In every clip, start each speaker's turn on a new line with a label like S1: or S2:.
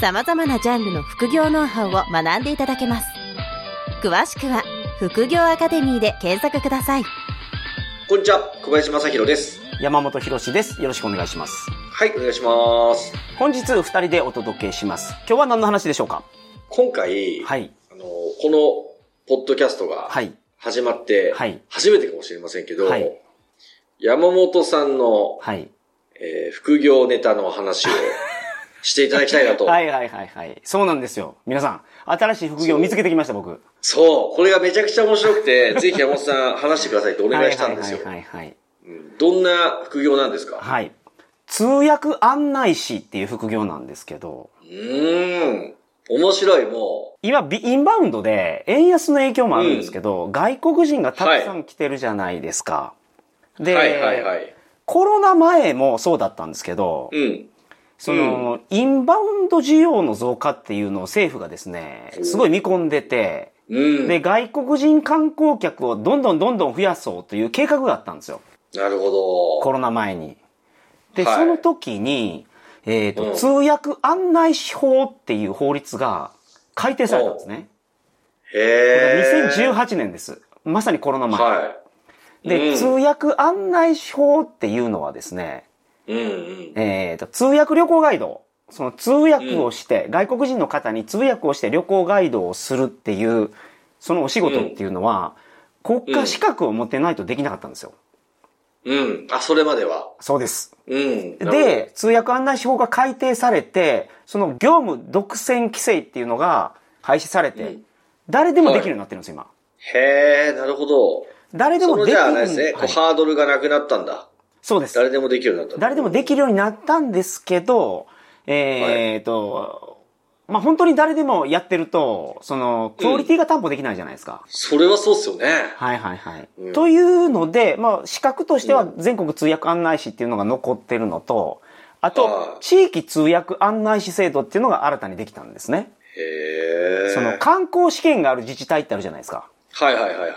S1: 様々なジャンルの副業ノウハウを学んでいただけます。詳しくは、副業アカデミーで検索ください。
S2: こんにちは、小林正宏です。
S3: 山本博史です。よろしくお願いします。
S2: はい、お願いします。
S3: 本日二人でお届けします。今日は何の話でしょうか
S2: 今回、
S3: はい。
S2: あの、この、ポッドキャストが
S3: はい。
S2: 始まって、
S3: はい
S2: 初めてかもしれませんけど、
S3: はい
S2: 山本さんの、
S3: はい。
S2: えー副業ネタの話を していただきたいなと。
S3: はいはいはいはい。そうなんですよ。皆さん、新しい副業を見つけてきました、僕。
S2: そう、これがめちゃくちゃ面白くて、 ぜひ山本さん話してくださいってお願いしたんですよ。
S3: はいはいはいはい、
S2: うんどんな副業なんですか、
S3: はい。はい。通訳案内士っていう副業なんですけど、
S2: うーん、面白い、も
S3: 今、ビインバウンドで、円安の影響もあるんですけど、外国人がたくさん来てるじゃないですか。
S2: う。
S3: で、
S2: はいはいはい。
S3: コロナ前もそうだったんですけど、
S2: うん。
S3: その、インバウンド需要の増加っていうのを政府がですね、すごい見込んでて、
S2: うん。
S3: で、外国人観光客をどんどんどんどん増やそうという計画があったんですよ。
S2: なるほ
S3: コロナ前に。で、
S2: はい
S3: その時に、えっ、
S2: うん
S3: と、通訳案内士法っていう法律が改定されたんですね。
S2: ど。へえ。
S3: 2018年です。まさにコロナ前。
S2: は
S3: で、
S2: うん
S3: 通訳案内士法っていうのはですね、
S2: い。うんうん。
S3: えー、と、通訳旅行ガイド。その通訳をして、外国人の方に通訳をして旅行ガイドをするっていう、そのお仕事っていうのは、国家資格を持ってないとできなかったんですよ。
S2: うん。あ、それまでは。
S3: そうです。
S2: うん。なるほど、
S3: で、通訳案内士法が改定されて、その業務独占規制っていうのが廃止されて、
S2: うん
S3: 誰でもできるようになってるんです、今。
S2: へえ、なるほど。
S3: 誰で
S2: そ
S3: も
S2: の
S3: で
S2: じ
S3: きる
S2: ゃあ、あれですね、こ
S3: は
S2: う
S3: い
S2: ハードルがなくなったんだ。
S3: そうです。
S2: 誰でもできるようになった。
S3: 誰でもできるようになったんですけど、えーと、まあ、本当に誰でもやってると、その、クオリティが担保できないじゃないですか。
S2: それはそうっすよね。
S3: はいはいはい、
S2: うん
S3: というので、まあ、資格としては全国通訳案内士っていうのが残ってるのと、あ
S2: は
S3: と、
S2: い
S3: 地域通訳案内士制度っていうのが新たにできたんですね。
S2: へえ。
S3: その、観光試験がある自治体ってあるじゃないですか。
S2: はいはいはいはい。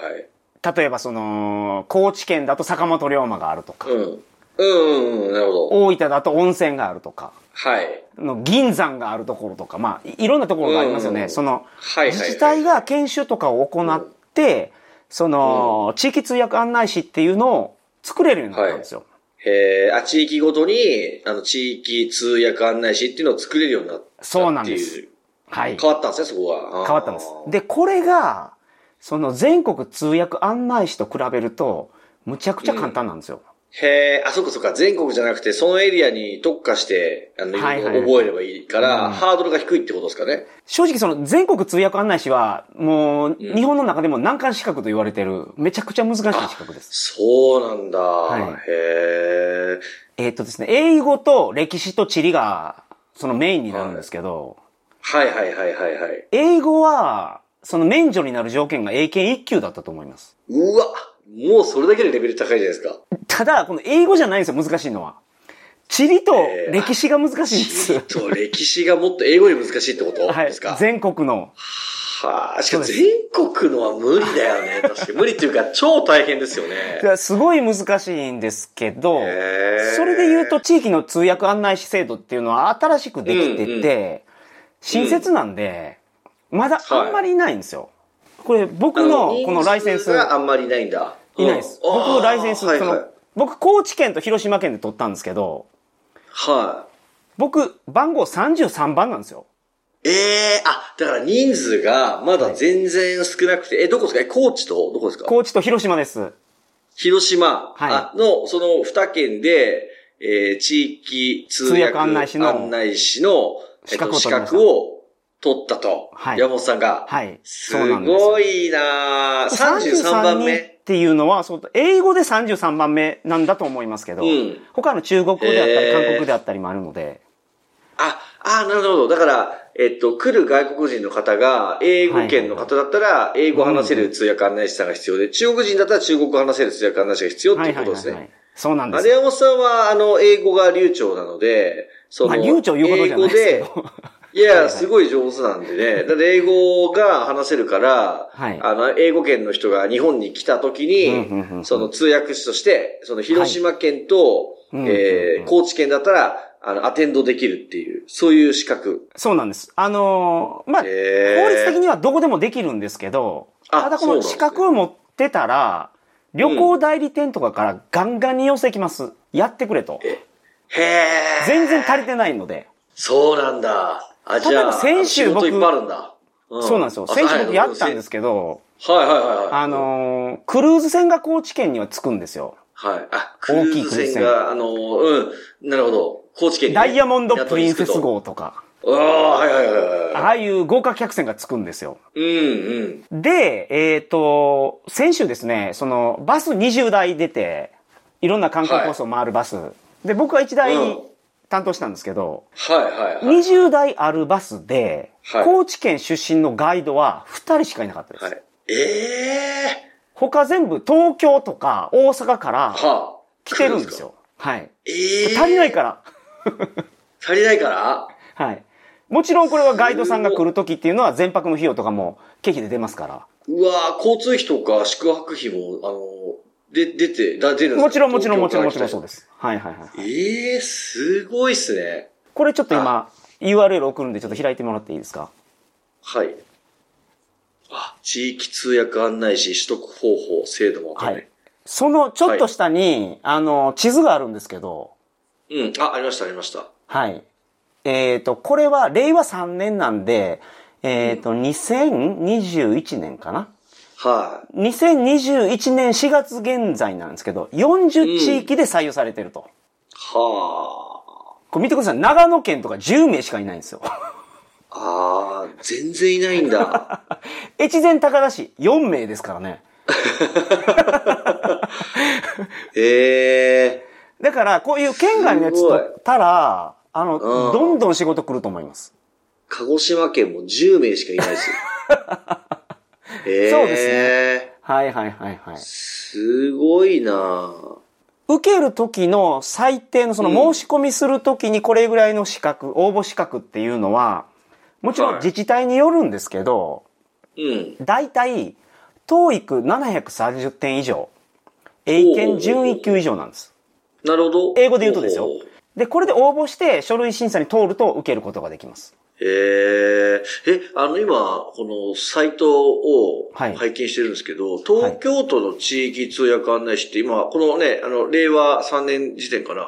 S3: 例えば、その、高知県だと坂本龍馬があるとか、
S2: うん。うんうんうん、なるほど。
S3: 大分だと温泉があるとか、
S2: はい。
S3: の銀山があるところとか、まあ、いいろんなところがありますよね。
S2: うん
S3: その、
S2: はいはい。
S3: 自治体が研修とかを行って、その、地域通訳案内士っていうのを作れるようになったんですよ。
S2: へえ、あ、地域ごとに、あの、地域通訳案内士っていうのを作れるようになったっていう。
S3: そうなんです。はい。
S2: 変わったんですね、そこは。あー
S3: 変わったんです。で、これが、その全国通訳案内士と比べると、むちゃくちゃ簡単なんですよ。
S2: へえ、あ、そっかそっか、全国じゃなくて、そのエリアに特化して、あの、
S3: はいはい
S2: 覚えればいいから、
S3: うん
S2: ハードルが低いってことですかね。
S3: 正直その全国通訳案内士は、もう、
S2: うん
S3: 日本の中でも難関資格と言われてる、めちゃくちゃ難しい資格です。
S2: そうなんだ。
S3: は
S2: へえ。
S3: えーっとですね、英語と歴史と地理が、そのメインになるんですけど、
S2: はいはいはいはいはい。
S3: 英語は、その免除になる条件が英検1級だったと思います。
S2: うわもうそれだけでレベル高いじゃないですか。
S3: ただ、この英語じゃないんですよ、難しいのは。地理と
S2: えー
S3: 歴史が難しいんです。
S2: と、歴史がもっと英語より難しいってこと
S3: は
S2: で
S3: い
S2: すか、。
S3: 全国の。
S2: はあ、しかも
S3: そう
S2: 全国のは無理だよね。確かに無理っていうか、超大変ですよね
S3: い。やすごい難しいんですけど、
S2: へー
S3: それで言うと地域の通訳案内士制度っていうのは新しくできてて、新設なんで、まだあんまりいないんですよ。これ僕のこのライセンス。
S2: あの人数があんまりいないんだ。
S3: いないです。
S2: うん
S3: 僕、ライセンス、
S2: はい
S3: そ
S2: はい
S3: の、僕、高知県と広島県で取ったんですけど、
S2: はい。
S3: 僕、番号33番なんですよ。
S2: ええあ、だから人数がまだ全然少なくて、え、どこですかえ、高知とどこですか
S3: 高知と広島です。
S2: 広島
S3: はい
S2: あの、その二県で、えー地域通
S3: 通
S2: 訳
S3: 訳案内士の
S2: 案内士のえっ
S3: 資
S2: と
S3: 格を
S2: 資
S3: 取りました
S2: 格を取ったと。
S3: はい
S2: 山本さんが。
S3: はい。
S2: す
S3: そうなんですよ。
S2: ごいな三33番
S3: 人っ
S2: 目。
S3: ていうのは、そう、英語で33番目なんだと思いますけど、
S2: うん
S3: 他の中国語であったり、
S2: へー
S3: 韓国であったりもあるので、
S2: あ、あーなるほど。だから、えっと、来る外国人の方が、英語圏の方だったら、英語話せる通訳案内士さんが必要で、中国人だったら中国語話せる通訳案内士が必要っていうことですね。。
S3: そうなんで
S2: あ
S3: す
S2: れ
S3: よ。
S2: 山本さんは、あの、英語が流暢なので、そ
S3: ま
S2: の、
S3: あ、流暢言うことじゃないです けど。
S2: 英語で、いやい
S3: はいは
S2: や、
S3: い
S2: すごい上手なんでね。だって英語が話せるから、
S3: はい
S2: あの、英語圏の人が日本に来た時に、
S3: うんうんうんうん
S2: その通訳士として、その広島県と、
S3: はいうんうん
S2: え
S3: うん
S2: ー、高知県だったら、あの、アテンドできるっていう、そういう資格。
S3: そうなんです。あのーまあ、
S2: えー
S3: 法律的にはどこでもできるんですけど、
S2: あ
S3: ただこ
S2: そうなん
S3: の
S2: ですね
S3: 資格を持ってたら、旅行代理店とかからガンガンに寄せきます。やってくれと。
S2: へえ。
S3: 全然足りてないので。
S2: そうなんだ。あ、じ
S3: 例え
S2: ゃあ、
S3: ば先週
S2: 仕事
S3: 僕
S2: いっぱいあるんだ。う。
S3: そうなんですよ。先週僕やったんですすけど、
S2: はいはいはいはい。
S3: あ、のークルーズ船が高知県には着くんですよ。
S2: はい。あ、クル
S3: 大きい
S2: ーズ船が、あの、うん、なるほど。高知県にね
S3: ダイヤモンドプリンセス。号とか、
S2: ああ、はいはいはい
S3: あ
S2: はい。
S3: あいう豪華客船が着くんですよ。
S2: うんうん。
S3: で、えっ、と、先週ですね、その、バス20台出て、いろんな観光コースを回るバス。で、僕は1台
S2: うん
S3: 担当したんですけど、
S2: はいはいはい。
S3: 20台あるバスで、
S2: はい
S3: 高知県出身のガイドは2人しかいなかったです。
S2: はい、ええ
S3: 他全部東京とか大阪から
S2: ー、はあ。
S3: 来てるんですよ。はい。
S2: 来るんですか。ええー。
S3: 足りない。から。
S2: 足りないから
S3: はい。もちろんこれはガイドさんが来る時っていうのは全泊の費用とかも経費で出ますから。
S2: うわー交通費とか宿泊費も、あの、で、出て、だ出る
S3: もちろんもちろんもちろんもちろんそう
S2: で
S3: です。はいはいはい。
S2: す。ええー、すごいっすね。
S3: これちょっと今 URL 送るんでちょっと開いてもらっていいですか
S2: はい。あ、地域通訳案内士取得方法、制度もわかん
S3: は
S2: ない
S3: い。そのちょっと下に、あの、地図があるんですけど、
S2: うん、あ、ありました、ありました。
S3: はい。えっ、と、これは令和3年なんで、えっ、と、2021年かな
S2: は
S3: ?2021 年4月現在なんですけど、40地域で採用されてると。
S2: い。は
S3: これ見てください。長野県とか10名しかいないんですよ。
S2: あ。ああ、全然いないん だ。
S3: 越前高田市4名ですからね。
S2: ええ
S3: だから、こういう県外のやつ取ったら、あの、
S2: うん
S3: どんどん仕事来ると思います。
S2: 鹿児島県も10名しかいない ですよ。ええ
S3: そうですはいはいはいはい。
S2: すごいなぁ
S3: 受ける時の最低のそ
S2: うん
S3: の申し込みする時にこれぐらいの資格、応募資格っていうのは、もちろん
S2: はい
S3: 自治体によるんですけど、
S2: うん。
S3: 大体、TOEIC730 点以上、英検準1級以上なんです。
S2: なるほど。
S3: 英語で言うとですよ
S2: おー
S3: で、これで応募して書類審査に通ると受けることができます。
S2: えええ、あの今、このサイトを
S3: はい
S2: 拝見してるんですけど、東京都の地域通訳案内士って今、このね、あの、令和3年時点かな。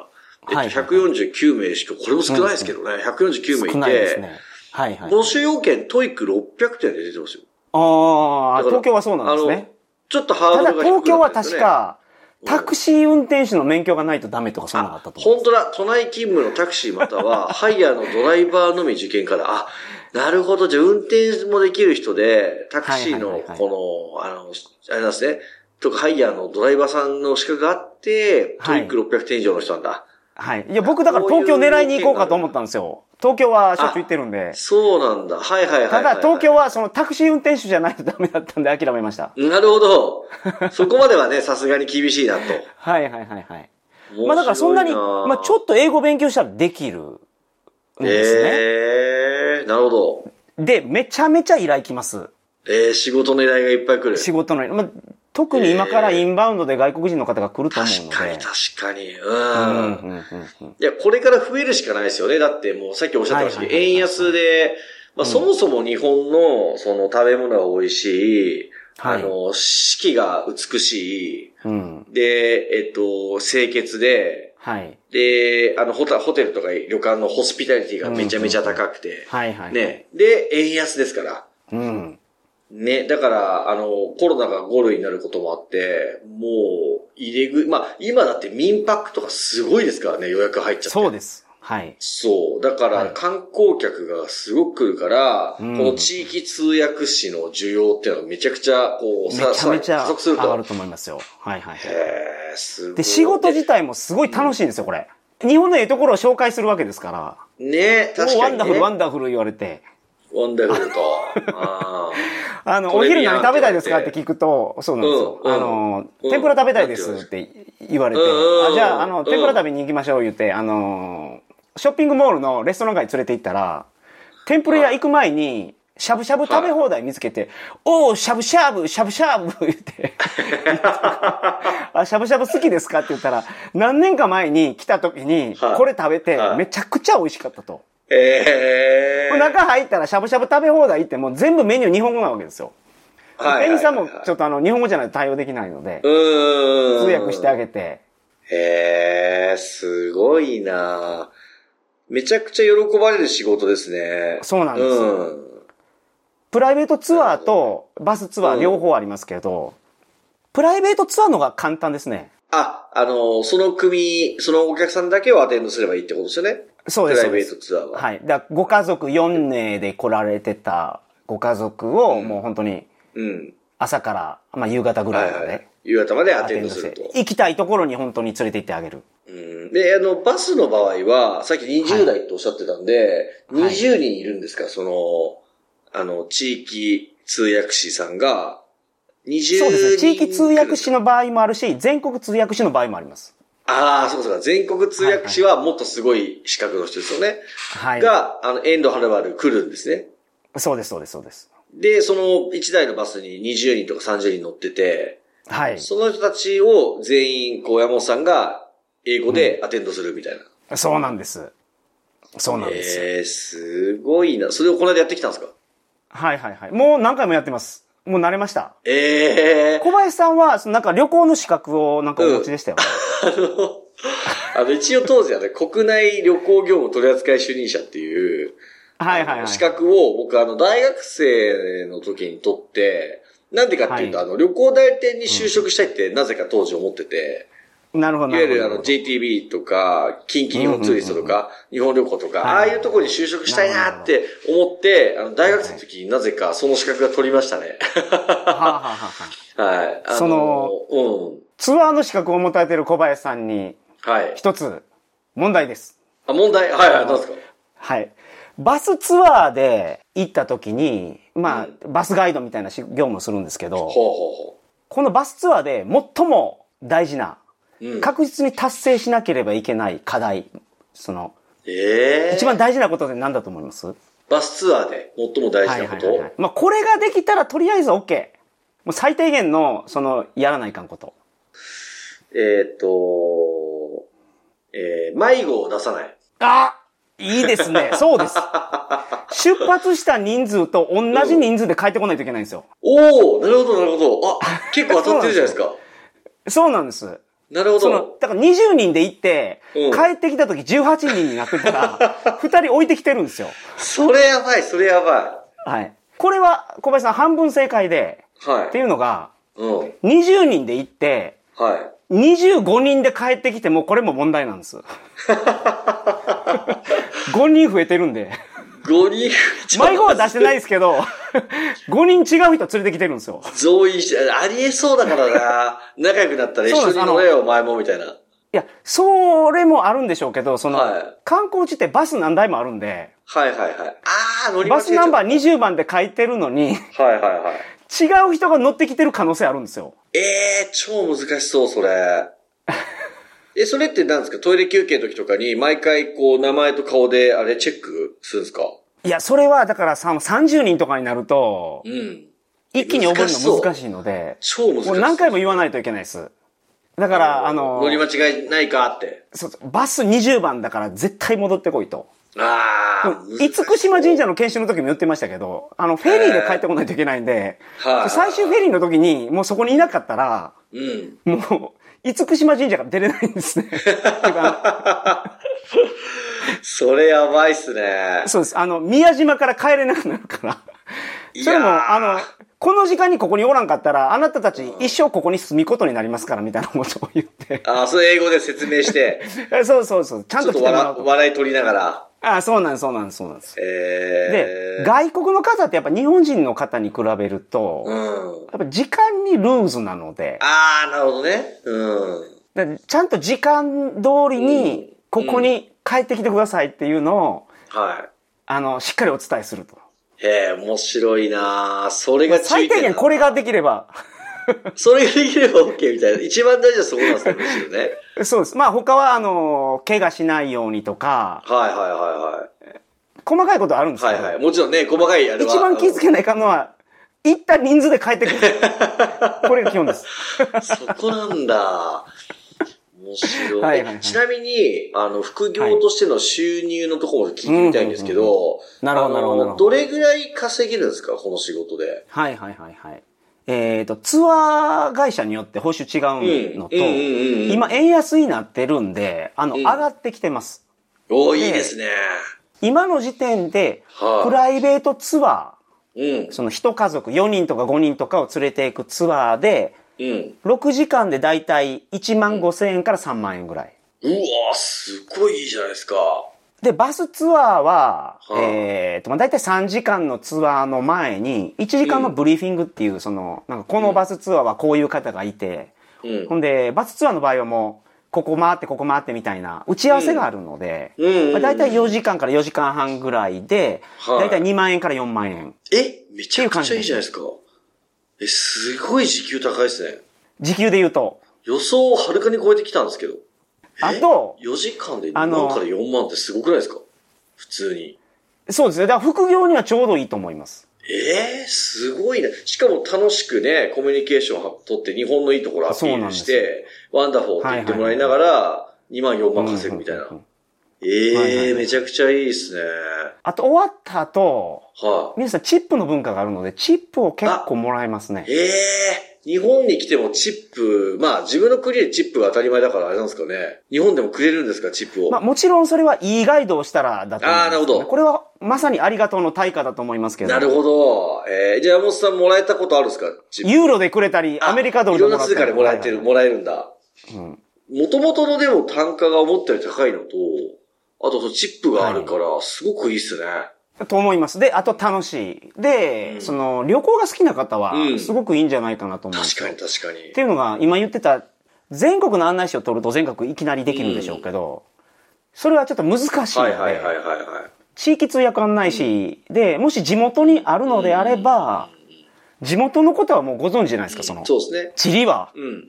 S3: は
S2: え
S3: い
S2: っと、149名しか、これも少ないですけどね、149名いて、
S3: 少ないですね。はいはい。
S2: 募集要件、トイック600点で出てますよ。
S3: ああ、
S2: だから
S3: 東京はそうなんですね。
S2: ちょっとハー
S3: た
S2: ド
S3: だ
S2: ルが低くな
S3: 東京
S2: っ
S3: は
S2: てるんですね。
S3: 確か、
S2: うん
S3: タクシー運転手の免許がないとダメとかそんなのあったと思う
S2: 本。当だ、都内勤務のタクシーまた は、ハイヤーのドライバーのみ受験から、あ、なるほど、じゃあ運転もできる人で、タクシー
S3: はい
S2: の
S3: はいはいはい
S2: この、あの、あれなんですね、とかハイヤーのドライバーさんの資格があって、トイ
S3: はい
S2: ック600点以上の人なんだ。
S3: はい。いや、僕だから東京狙いに行こうかと思ったんですよ。東京はしょっちゅう行ってるんで。
S2: そうなんだ。はいはいはいは
S3: た
S2: い、はい。
S3: だ東京はそのタクシー運転手じゃないとダメだったんで諦めました。
S2: なるほど。そこまではね、さすがに厳しいなと。
S3: はいはいはいはい。 まあだからそんなに、
S2: 面白い
S3: まあちょっと英語勉強したらできるんですね。
S2: ええー、なるほど。
S3: で、めちゃめちゃ依頼来ます。
S2: えー、仕事の依頼がいっぱい来る。
S3: 仕事の、まあ、特に今からインバウンドで外国人の方が来ると思う
S2: 確
S3: の
S2: かに
S3: で。
S2: 確かに。
S3: うん
S2: うん
S3: うんうんうん
S2: いや、これから増えるしかないですよね。だってもうさっきおっしゃってましたけど、
S3: はいはいはい
S2: 円安で、まあ、
S3: うん
S2: そもそも日本のその食べ物が美味しい、
S3: はい
S2: あの、四季が美し
S3: うん。
S2: い、で、えっと、清潔で、
S3: はい。
S2: で、あのホタ、ホテルとか旅館のホスピタリティがめちゃめちゃ高くて、
S3: はいはい。。
S2: ね。で、円安ですから。
S3: うん。
S2: ね、だから、あの、コロナが5類になることもあって、もう、入れぐ、まあ、今だって民泊とかすごいですからね、予約入っちゃって。
S3: そうです。はい。
S2: そう。だか
S3: は
S2: ら
S3: い
S2: 観光客がすごく来るから、
S3: うん
S2: この地域通訳士の需要っていうのはめちゃくちゃ、こう、
S3: め
S2: さ
S3: ちゃめち
S2: さらに
S3: ゃ
S2: 加速する
S3: 上がる
S2: と。
S3: と思いますよ。はいはい。
S2: へえすごい。
S3: で、仕事自体もすごい楽しいんですよ、これ。日本のいいところを紹介するわけですから。
S2: でね確
S3: おワ
S2: か
S3: ン
S2: に、ね。
S3: ダフル、ワンダフル言われて。
S2: ワンダフルか。あー
S3: あの、お
S2: トレビアン
S3: 昼何食べたいですかって聞くと、そうなんですよ。
S2: うんうん
S3: あの、
S2: うん
S3: 天ぷら食べたいですって言われて、
S2: うんうんうん
S3: あじゃあ、あ
S2: う
S3: の、
S2: ん
S3: 天ぷら食べに行きましょう言って、あの、ショッピングモールのレストラン街に連れて行ったら、天ぷら屋行く前に、しゃぶしゃぶ食べ放題見つけて、おお、しゃぶしゃぶ、しゃぶしゃぶ 言って、あ、しゃぶしゃぶ好きですかって言ったら、何年か前に来た時に
S2: はい、
S3: これ食べて
S2: は、い
S3: めちゃくちゃ美味しかったと。
S2: ええー。
S3: 中入ったらしゃぶしゃぶ食べ放題行って、もう全部メニュー日本語なわけですよ。
S2: はい
S3: 店員さんもちょ
S2: っ
S3: っとあの日本語じゃないと対応できないので
S2: と、うーん。
S3: 通訳してあげて、
S2: へえ、すごいなめちゃくちゃ喜ばれる仕事ですね。
S3: そうなんですよ
S2: うん
S3: プライベートツアーとバスツア
S2: う
S3: ー
S2: ん
S3: 両方ありますけど、プライベートツアーの方が簡単ですね。
S2: あ、あの、その組、そのお客さんだけをアテンドすればいいってことですよね。
S3: そう
S2: プ
S3: です。
S2: ライ
S3: そう
S2: ベ
S3: で
S2: ート
S3: す
S2: ツアーは。
S3: はい。だからご家族4名で来られてたご家族をもう本当に
S2: うん。
S3: 朝から、まあ、夕方ぐ
S2: は
S3: ら
S2: い
S3: いま
S2: はい
S3: で。
S2: 夕方までア
S3: ア
S2: テ
S3: テ
S2: ン
S3: ン
S2: ド
S3: ド
S2: す
S3: し
S2: る
S3: て
S2: と。、
S3: 行きたいところに本当に連れて行ってあげる。
S2: うん、で、あの、バスの場合は、さっき20代とおっしゃってたんで、
S3: はい
S2: 20人いるんですかその、あの、地域通訳士さんが、20人。
S3: そうですね。地域通訳士。の場合もあるし、全国通訳士の場合もあります。
S2: ああ、そうかそうか。全国通訳士はもっとすごい資格の人ですよね。
S3: はい。
S2: が、あの、遠路はるばる来るんですね。
S3: そうです、そうです、そうです。
S2: で、その1台のバスに20人とか30人乗ってて、
S3: はい。
S2: その人たちを全員、こう、山本さんが英語でアテンドするみたいな。
S3: そうなんです。そうなんですよ。
S2: えー、すごいな。それをこの間やってきたんですか
S3: はいはいはい。もう何回もやってます。もう慣れました。
S2: ええ
S3: 小林さんは、そのなんか旅行の資格をなんかお持ちでした よね。
S2: あの、一応当時はね、国内旅行業務取扱主任者っていう、
S3: はいはいはい。
S2: 資格を僕あの、大学生の時に取って、なんでかっていうと、
S3: はい
S2: あの、旅行代理店に就職したいってなぜか当時思ってて、
S3: なるほど
S2: いわ
S3: な
S2: ゆ
S3: るほ
S2: る
S3: ど。
S2: あの JTB とか、近畿日本ツーリストとか、日本旅行とか、あ
S3: は
S2: あ
S3: い
S2: いうところに就職したいなって思って、あの、大学生の時になぜかその資格が取りましたね。
S3: はあはあはあはあ
S2: はい。あ
S3: その、
S2: うん。
S3: ツアーの資格を持たれてる小林さんに、
S2: はい。
S3: 一つ、問題です。
S2: あ、問題、はいはい、何ですか
S3: はい。バスツアーで行った時に、まあ、
S2: う
S3: バスガイドみたいなし業務をするんですけ
S2: ほう
S3: ど、
S2: ほ
S3: このバスツアーで最も大事な、
S2: うほう。うん。
S3: 確実に達成しなければいけない課題、その、
S2: ええ
S3: 一番大事なことって何だと思います
S2: バスツアーで最も大事なこ
S3: はいはいはいは
S2: と
S3: いまあ、これができたらとりあえず OK。もう最低限の、その、やらないかんこと。
S2: えーっと、えー、迷子を出さない。
S3: あいいです ね。そうです。出発した人数と同じ人数で帰ってこないといけないんですよ。
S2: おおなるほど、なるほど。あ、結構当たってるじゃない ですか。
S3: そうなんです。
S2: なるほ
S3: そ
S2: ど
S3: の。、だから20人で行って、
S2: うん
S3: 帰ってきた時18人になって たら、2人置いてきてるんですよ。
S2: それやばい、それやば
S3: はい。これは、小林さん半分正解で、
S2: い。は
S3: って
S2: い。
S3: いうのが、
S2: うん。
S3: 20人で行って、
S2: はい。
S3: 25人で帰ってきてもこれも問題なんです。5人増えてるんで。
S2: 5人、
S3: 迷子は出してないですけど、5人違う人連れてきてるんですよ。
S2: 増員して、ありえそうだから な。仲良くなったら一
S3: そうな
S2: 緒
S3: んです
S2: に乗れよ、お前も、みたいな。
S3: いや、それもあるんでしょうけど、その、
S2: はい
S3: 観光地ってバス何台もあるんで、
S2: はいはいはい。あー、乗り間違
S3: バ
S2: え
S3: ス
S2: ちゃ
S3: ナ
S2: っ
S3: ン
S2: た
S3: バー20番で書いてるのに、違
S2: はいはいはい。
S3: う人が乗ってきてる可能性あるんですよ。
S2: ええー、超難しそう、そ れ。え、それって何ですかトイレ休憩の時とかに、毎回こう、名前と顔で、あれ、チェックするんですか
S3: いや、それはだからさ30人とかになると
S2: う、ん。
S3: 一気に覚えるの難
S2: い。
S3: しいので、
S2: 超難しい。
S3: もう何回も言わないといけないです。だから、あの、
S2: 乗り間違いないかって。
S3: そうそうバス20番だから絶対戻ってこいと。
S2: ああ。
S3: 厳島神社
S2: の、
S3: の研修の時も言ってましたけど、あの、フェリーで帰ってこないといけないんで、
S2: はい
S3: 最終フェリーの時にもうそこにいなかったら、
S2: うん。
S3: もう、厳島神社から出れないんで すね。
S2: それやばいっすね。
S3: そうです。あの、宮島から帰れなくなるから。
S2: い
S3: それも、
S2: やー
S3: あの、この時間にここにおらんかったら、あなたたち一生ここに住みことになりますから、みたいなことを言って。
S2: ああ、それ英語で説明して、
S3: えそうそうそう。 ちゃん
S2: ちょ
S3: と
S2: っ
S3: 来
S2: と
S3: てもらお
S2: 笑
S3: うと。
S2: 笑い取りながら。
S3: あ、そうなんです、そうなんです、そうなんです。
S2: え
S3: で、
S2: ー、
S3: 外国の方ってやっぱ日本人の方に比べると、
S2: う
S3: やっ
S2: ん。
S3: ぱ時間にルーズなので、
S2: ああ、なるほどね。うん。
S3: だからちゃんと時間通りに、ここに帰ってきてくださいっていうのを、
S2: は
S3: あの、しっかりお伝えすると。
S2: い。へえ、面白いなぁそれが注
S3: 最
S2: 意
S3: 低
S2: 点
S3: 限
S2: だ
S3: これができれば、
S2: それができれば OK みたいな。一番大事なそこなんですね、むしろね。
S3: そうです。まあ他は、あの、怪我しないようにとか、
S2: はいはいは
S3: 細かいことあるんです
S2: いは
S3: け
S2: い。
S3: ど、
S2: はいはい。もちろんね、細かいあれは。
S3: 一番気づけないかんのは、行った人数で帰 ってくる。これが基本です。
S2: あのそこなんだ。面白い。
S3: はいはいはい
S2: ちなみに、あの、副業としての収入のところも聞いてみたいんですけど、
S3: なるほど、なるほど、
S2: あ
S3: なる
S2: の
S3: ほ
S2: ど
S3: ど。
S2: れぐらい稼げるんですかこの仕事で。
S3: はいはいはいはい。えっ、と、ツアー会社によって報酬違うのと、
S2: うんうんうんうん
S3: 今円安になってるんで、あの、
S2: うん
S3: 上がってきてます。
S2: おーいいですね。
S3: 今の時点で、プ
S2: は
S3: ライベートツア
S2: い。うん
S3: ー、。その一家族4人とか5人とかを連れていくツアーで、
S2: うん。
S3: 6時間でだいたい1万5千円から3万円ぐらい。
S2: うわーすごいいいじゃないですか。
S3: で、バスツアーは、
S2: はあ
S3: えっ、と、まあ、大体3時間のツアーの前に、1時間のブリーフィングっていう、その、なんかこのバスツアーはこういう方がいて、
S2: うん
S3: ほ。んで、バスツアーの場合はもう、ここ回って、ここ回ってみたいな、打ち合わせがあるので、
S2: うんうんうん
S3: まあ、大体4時間から4時間半ぐらいで、
S2: はい
S3: 大体2万円から4万円。
S2: えめちゃくちゃいいじゃないですか。え、すごい時給高いですね。
S3: 時給で言うと。
S2: 予想をはるかに超えてきたんですけど。
S3: あと、
S2: 4時間で2
S3: あ
S2: 万
S3: の
S2: から4万ってすごくないですか普通に。
S3: そうですね。だから副業にはちょうどいいと思います。
S2: ええすごいね。しかも楽しくね、コミュニケーションを取って日本のいいところをアピールして、ワンダフォーって言ってもらいながら、2万4万稼ぐみたい
S3: うんうん
S2: な
S3: う。ん
S2: え
S3: はいはい
S2: え
S3: はい
S2: めちゃくちゃいいですね。
S3: あと、終わった後、
S2: は
S3: 皆さん、チップの文化があるので、チップを結構もらえますね
S2: い。。ええ日本に来てもチップ、まあ自分の国でチップが当たり前だからあれなんですかね。日本でもくれるんですか、チップを。
S3: まあ、もちろんそれはいいガイドをしたらだと思います、
S2: あーなるほど
S3: これはまさにありがとうの対価だと思いますけど。
S2: なるほど。ええじゃあ山本さんもらえたことあるんですかチップ。
S3: ユーロでくれたり、アメリカド
S2: い
S3: ルで
S2: ろん
S3: もら
S2: な
S3: ったり。
S2: 通貨でもらえてる、
S3: はい
S2: もらえるんだ。
S3: はいうん
S2: もともとのでも単価が思ったより高いのと、あとそのチップがあるから、すごくいいっすね。
S3: と思います。で、あと楽しい。で、
S2: うん
S3: その、旅行が好きな方は
S2: う、ん
S3: すごくいいんじゃないかなと思うんです
S2: 確
S3: よ
S2: かに確かに
S3: っ。ていうのが、今言ってた、全国の案内誌を取ると全国いきなりできるんでしょうけど、それはちょっと難しいの
S2: は
S3: で、
S2: いはいはいはいは
S3: 地域通訳案内誌で、もし地元にあるのであれば、地元のことはもうご存知じゃないですか、その
S2: い。、そうですね。
S3: 地理は。
S2: うんうんうんうん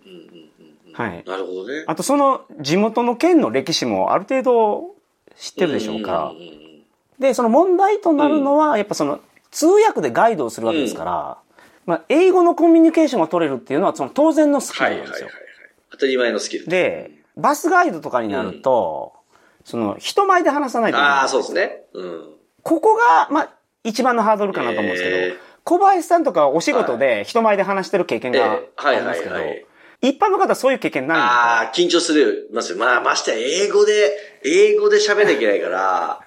S2: うん。
S3: はい
S2: なるほどね。
S3: あとその地元の県の歴史もある程度知ってるでしょうから、
S2: んんん
S3: でその問題となるのはやっぱその通訳でガイドをするわけですから、まあ、英語のコミュニケーションが取れるっていうのはその当然のスキル
S2: はい
S3: な
S2: はい
S3: ん
S2: はい
S3: ですよ。
S2: はい。当たり前のスキル。
S3: でバスガイドとかになると、その人前で話さないといけない
S2: ああ、そうですね。うん。
S3: ここが、まあ、一番のハードルかなと思うんですけど、
S2: えー
S3: 小林さんとかはお仕事で人前で話してる経験
S2: ええ
S3: があ
S2: はい
S3: りま
S2: は
S3: す
S2: い
S3: けど、
S2: はい。
S3: 一般の方はそういう経験ないので。
S2: ああ、緊張するますよ。まあ、ましてや英語で、英語で喋んなきゃいけないから。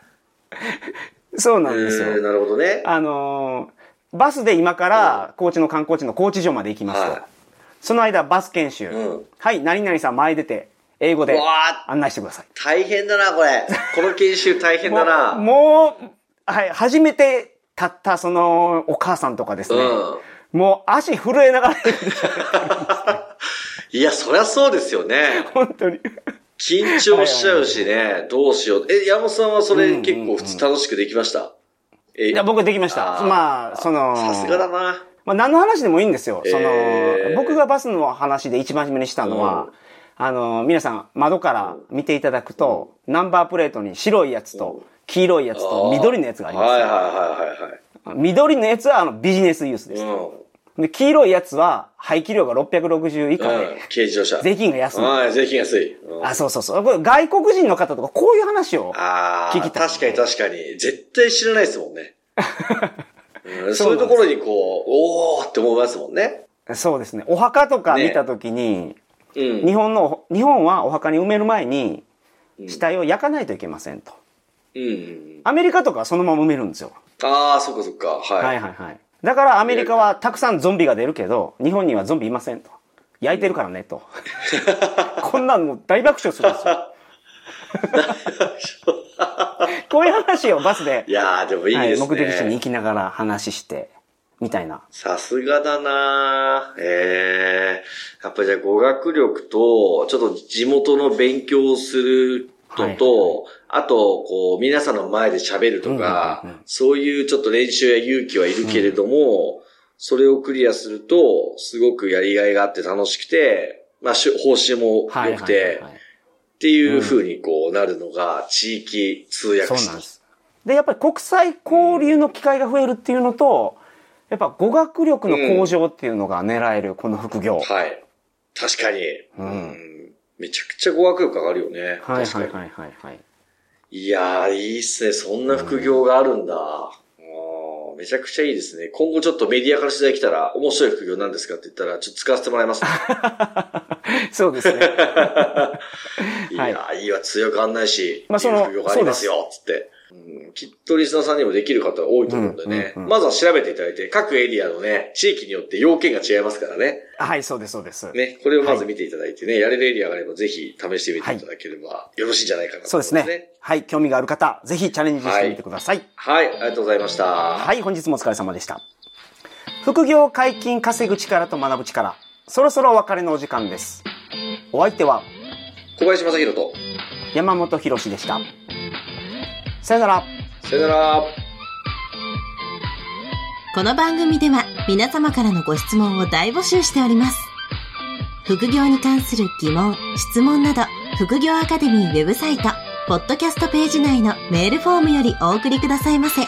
S3: そう
S2: う
S3: なんですよ。
S2: ーん、なるほどね。
S3: あのーバスで今から高知の観光地の高知城まで行きますと、
S2: はい
S3: その間バス研修、
S2: うん
S3: はい何々さん前出て英語で
S2: うわ
S3: 案内してください
S2: 大変だな、これ。この研修大変だな。
S3: もうもう、はい、初めて立ったそのお母さんとかですね、
S2: うん。
S3: もう足震えながら
S2: いや、そりゃそうですよね。
S3: 本当に
S2: 緊張しちゃうしね、どうしよう。え、山本さんはそれ結構普通楽しくできましたえ
S3: いや僕できまし
S2: あ
S3: た
S2: ー
S3: まあその
S2: さすがだな。
S3: まあ、何の話でもいいんですよ。その、
S2: えー
S3: 僕がバスの話で一番初めにしたのは、
S2: うん
S3: あの、皆さん窓から見ていただくと、ナンバープレートに白いやつと、黄色いやつと、緑のやつがあります
S2: は
S3: ね、
S2: いはいはいはいはい。
S3: 緑のやつはあのビジネスユースです。
S2: う
S3: で、黄色いやつは排気量が660以下
S2: ん。うん
S3: で、。
S2: 軽自動車。
S3: 税金が安い。
S2: はい、税金安い。うん
S3: あ、そうそうそう。これ外国人の方とかこういう話を。
S2: ああ、
S3: 聞きたい
S2: 確かに確かに。絶対知らないですもん ね。うん
S3: そ
S2: そううい
S3: な
S2: うと
S3: んです
S2: ころにこう、おーって思いますもんね。
S3: そうですね。お墓とか見た時に、
S2: うん。
S3: 日本の、日本はお墓に埋める前に、死体を焼かないといけませんと。
S2: うんうんうん。
S3: アメリカとかはそのまま埋めるんですよ。
S2: ああ、そっかそっか。はい。
S3: はいはいはい。だからアメリカはたくさんゾンビが出るけど、日本にはゾンビいませんと。焼いてるから ねと。こんなんもう大爆笑するんですよ。こういう話をバスで
S2: い、やー、でもいい
S3: はい
S2: ですね。
S3: 目的地に行きながら話して、みたいな。
S2: さすがだなぁええやっぱりじゃあ語学力と、ちょっと地元の勉強をすることと、あと、こう、皆さんの前で喋るとか、
S3: うんうんうん
S2: そういうちょっと練習や勇気はいるけれども、それをクリアすると、すごくやりがいがあって楽しくて、まあ、し報酬も
S3: はい
S2: 良
S3: は
S2: く
S3: い
S2: て、
S3: はいはい
S2: っていう風にこうなるのが、地域通訳
S3: そう
S2: 士
S3: なん
S2: と
S3: で。す。で、やっぱり国際交流の機会が増えるっていうのと、やっぱ語学力の向上っていうのが狙える、この副業。
S2: はい。確かに、
S3: うん
S2: うんめちゃくちゃ語学力上がるよね。
S3: はい
S2: 確か
S3: は
S2: に。
S3: いはいはいはい。
S2: いやー、いいっすね。そんな副業があるんだ。あーめちゃくちゃいいですね。今後ちょっとメディアから取材来たら、面白い副業なんですかって言ったら、ちょっと使わせてもらい ます、ね。
S3: そうですね。
S2: いやー、いいわ、通訳案内士、
S3: まあその
S2: いい副業がありますよ、つって。うんきっとリスナーさんにもできる方多いと思うんでね、
S3: うんうんうん
S2: まずは調べていただいて、各エリアのね、地域によって要件が違いますからね。
S3: はい、そうですそうです。
S2: ね、これをまず見ていただいてね、やれるエリアがあればぜひ試してみていただければよろしいんじゃないかなと
S3: そう
S2: 思
S3: で
S2: いますすね。
S3: ね。はい、興味がある方、ぜひチャレンジしてみてください。
S2: はい、ありがとうございました。
S3: はい、本日もお疲れ様でした。副業解禁稼ぐ力と学ぶ力、そろそろお別れのお時間です。お相手は
S2: 小林正宏と、
S3: 山本博史でした。さよなら。
S2: さよなら。
S1: この番組では皆様からのご質問を大募集しております。副業に関する疑問、質問など、副業アカデミーウェブサイト、ポッドキャストページ内のメールフォームよりお送りくださいませ。